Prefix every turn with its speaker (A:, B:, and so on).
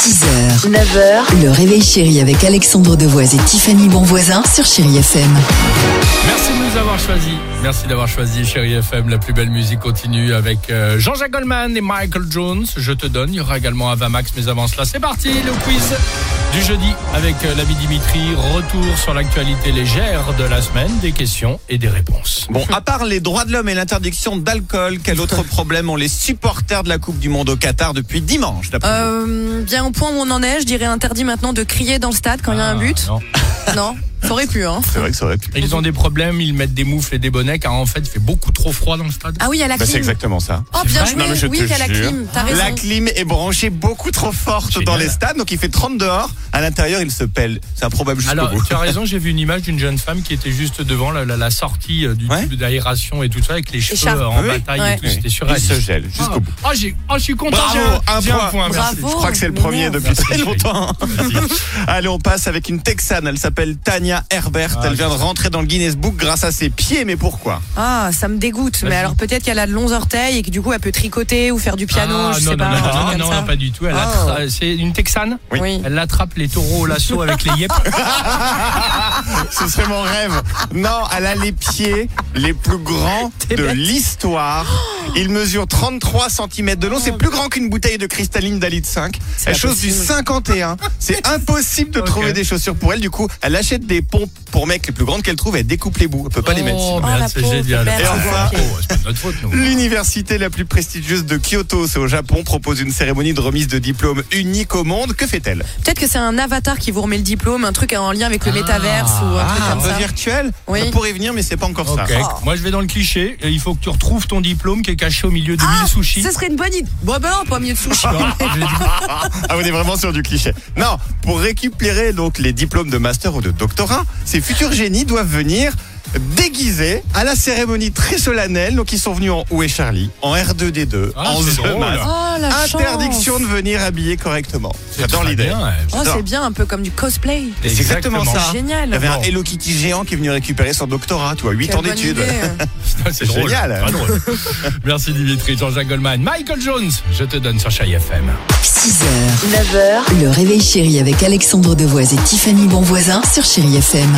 A: 6h, 9h, le réveil chéri avec Alexandre Devoise et Tiffany Bonvoisin sur Chéri FM.
B: Merci de nous avoir choisis. Merci d'avoir choisi Chéri FM. La plus belle musique continue avec euh, Jean-Jacques Goldman et Michael Jones. Je te donne. Il y aura également Avamax. Mais avant cela, c'est parti. Le quiz du jeudi avec euh, l'ami Dimitri. Retour sur l'actualité légère de la semaine. Des questions et des réponses.
C: Hum.
D: Bon, à part les droits de l'homme et l'interdiction d'alcool, quel autre problème ont les supporters de la Coupe du Monde au Qatar depuis dimanche d'après vous
C: Euh, bien au point où on en est, je dirais interdit maintenant de crier dans le stade quand il y a un
B: Ah,
C: but.
B: non.
C: Non, ça aurait pu. Hein.
D: C'est vrai que ça aurait pu.
B: Ils ont des problèmes. Ils mettent des moufles et des bonnets car en fait, il fait beaucoup trop froid dans le stade.
C: Ah oui, il y a la
D: Bah,
C: clim.
D: c'est exactement ça.
C: Oh bien
B: vrai
C: joué.
D: Non, mais je
C: oui,
D: te
C: il y a la
D: jure.
C: clim. T'as raison.
D: La clim est branchée beaucoup trop forte
B: Génial.
D: dans les stades, donc il fait 30 dehors. À l'intérieur, il se pèle. C'est improbable jusqu'au
B: Alors,
D: bout.
B: tu as raison, j'ai vu une image d'une jeune femme qui était juste devant la, la- la sortie euh, du
D: Ouais.
B: tube d'aération et tout ça, avec les cheveux
C: Écharpe.
B: euh, en
D: Oui.
B: bataille et
C: Ouais.
B: tout, c'était
D: il
B: surréaliste.
D: se gèle jusqu'au bout.
B: Ah, j'ai- ah, je suis content,
D: Bravo,
B: j'ai
D: un
B: j'ai
D: point.
B: merci.
C: Bravo.
D: Je crois que c'est le
C: mais
D: premier
C: merde.
D: depuis très
B: Merci,
D: longtemps. Allez, on passe avec une Texane. Elle s'appelle Tania Herbert.
B: Ah,
D: Elle vient de rentrer dans le Guinness Book grâce à ses pieds. Mais pourquoi
C: Ah, ça me dégoûte. Mais
B: Vas-y.
C: alors peut-être qu'elle a de longs orteils et que du coup elle peut tricoter ou faire du piano.
B: Ah,
C: je
B: non, non,
C: sais pas. un
B: non,
C: truc comme
B: non,
C: ça.
B: non, pas du tout. Elle
C: Ah.
B: attra- C'est une Texane.
C: Oui. Oui.
B: Elle attrape les taureaux au lasso avec les yep.
D: Ce serait mon rêve. Non, elle a les pieds les plus grands de l'histoire. Il mesure 33 cm de long. C'est plus grand qu'une bouteille de cristalline d'Ali de 5.
C: C'est
D: Elle
C: pas
D: chose du
C: possible.
D: 51. C'est impossible de
B: Ok.
D: trouver des chaussures pour elle. Du coup, elle achète des pompes pour mecs les plus grandes qu'elle trouve. Elle découpe les bouts. Elle peut pas les mettre.
B: Oh,
D: sinon.
C: Oh,
B: merde,
C: la
B: c'est
C: pauvre, Ah,
B: génial.
C: merde,
D: Et enfin-
B: Oh, c'est pas de notre faute, nous.
D: L'université la plus prestigieuse de Kyoto, c'est au Japon, propose une cérémonie de remise de diplôme unique au monde. Que fait-elle
C: Peut-être que c'est un avatar qui vous remet le diplôme, un truc en lien avec le
B: Ah.
C: métaverse ou un truc
D: Ah, un
C: comme
D: peu
C: ça.
D: virtuel
C: Oui.
D: On pourrait y venir, mais c'est pas encore
B: Ok,
D: ça.
C: Ah.
B: moi je vais dans le cliché. Et Il faut que tu retrouves ton diplôme qui est caché au milieu de
C: Ah,
B: mille sushis.
C: Ce serait une bonne idée. Bon, ben non, pas au milieu de sushi.
B: Je l'ai dit.
D: Ah, on est vraiment sur du cliché. Non, pour récupérer donc les diplômes de master ou de doctorat, ces futurs génies doivent venir déguisés à la cérémonie très solennelle. Donc ils sont venus en Où est Charlie En R2D2,
B: Ah,
D: en
B: c'est
D: The
B: drôle.
D: Mask.
C: Oh la chance.
D: Interdiction de venir habillé correctement.
B: C'est
D: J'adore
B: très
D: l'idée.
B: bien, ouais.
C: Oh,
D: J'adore.
C: c'est bien, un peu comme du cosplay.
D: C'est exactement ça. Il y
C: Génial.
D: avait un
B: Bon.
D: Hello Kitty géant qui est venu récupérer son doctorat, tu vois, 8
C: Quelle
D: ans
C: bonne
D: d'études.
C: idée. hein.
B: Ah, C'est
D: C'est
B: drôle.
D: génial.
B: Très drôle. Merci Dimitri, Jean-Jacques Goldman, Michael Jones. Je te donne sur Chai FM.
A: 6h, 9h, le réveil chéri avec Alexandre Devoise et Tiffany Bonvoisin sur Chéri FM.